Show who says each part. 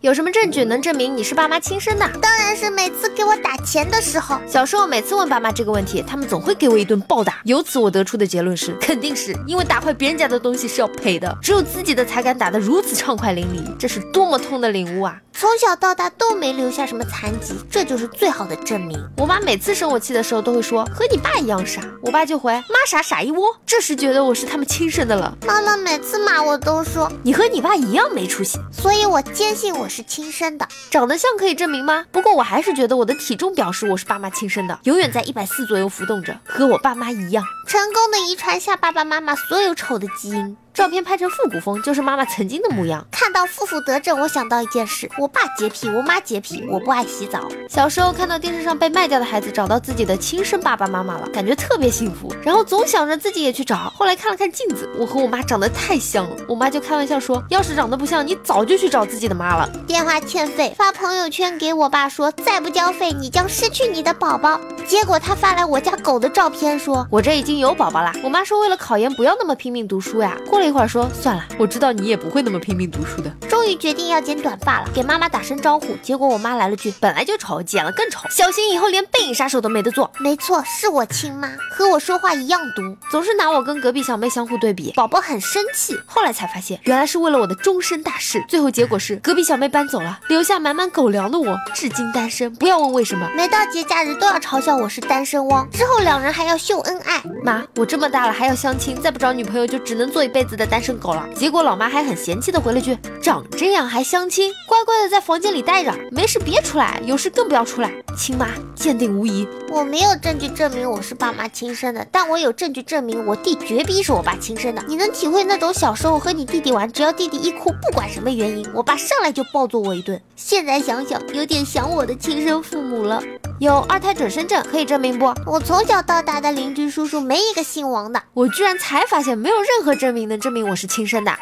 Speaker 1: 有什么证据能证明你是爸妈亲生的？
Speaker 2: 当然是每次给我打钱的时候。
Speaker 1: 小时候每次问爸妈这个问题，他们总会给我一顿暴打。由此我得出的结论是，肯定是因为打坏别人家的东西是要赔的，只有自己的才敢打得如此畅快淋漓，这是多么痛的领悟啊！
Speaker 2: 从小到大都没留下什么残疾，这就是最好的证明。
Speaker 1: 我妈每次生我气的时候都会说和你爸一样傻，我爸就回妈傻傻一窝，这时觉得我是他们亲生的了。
Speaker 2: 妈妈每次骂我都说，
Speaker 1: 你和你爸一样没出息，
Speaker 2: 所以我坚信我是亲生的。
Speaker 1: 长得像可以证明吗？不过我还是觉得我的体重表示我是爸妈亲生的，永远在一百四左右浮动着，和我爸妈一样。
Speaker 2: 成功的遗传下爸爸妈妈所有丑的基因。
Speaker 1: 照片拍成复古风，就是妈妈曾经的模样。
Speaker 2: 看到负负得正，我想到一件事：我爸洁癖，我妈洁癖，我不爱洗澡。
Speaker 1: 小时候看到电视上被卖掉的孩子找到自己的亲生爸爸妈妈了，感觉特别幸福，然后总想着自己也去找。后来看了看镜子，我和我妈长得太像了，我妈就开玩笑说：“要是长得不像，你早就去找自己的妈了。”
Speaker 2: 电话欠费，发朋友圈给我爸说：“再不交费，你将失去你的宝宝。”结果他发来我家狗的照片说，说
Speaker 1: 我这已经有宝宝啦。我妈说为了考研不要那么拼命读书呀。过了。一会儿说算了，我知道你也不会那么拼命读书的。
Speaker 2: 终于决定要剪短发了，给妈妈打声招呼。结果我妈来了句：“
Speaker 1: 本来就丑，剪了更丑，小心以后连背影杀手都没得做。”
Speaker 2: 没错，是我亲妈，和我说话一样毒，
Speaker 1: 总是拿我跟隔壁小妹相互对比。
Speaker 2: 宝宝很生气。
Speaker 1: 后来才发现，原来是为了我的终身大事。最后结果是隔壁小妹搬走了，留下满满狗粮的我至今单身。不要问为什么，
Speaker 2: 每到节假日都要嘲笑我是单身汪。之后两人还要秀恩爱。
Speaker 1: 妈，我这么大了还要相亲，再不找女朋友就只能做一辈子。的单身狗了，结果老妈还很嫌弃的回了句：“长这样还相亲，乖乖的在房间里待着，没事别出来，有事更不要出来。”亲妈鉴定无疑，
Speaker 2: 我没有证据证明我是爸妈亲生的，但我有证据证明我弟绝逼是我爸亲生的。你能体会那种小时候和你弟弟玩，只要弟弟一哭，不管什么原因，我爸上来就暴揍我一顿。现在想想，有点想我的亲生父母了。
Speaker 1: 有二胎准生证可以证明不？
Speaker 2: 我从小到大的邻居叔叔没一个姓王的。
Speaker 1: 我居然才发现，没有任何证明能证明我是亲生的。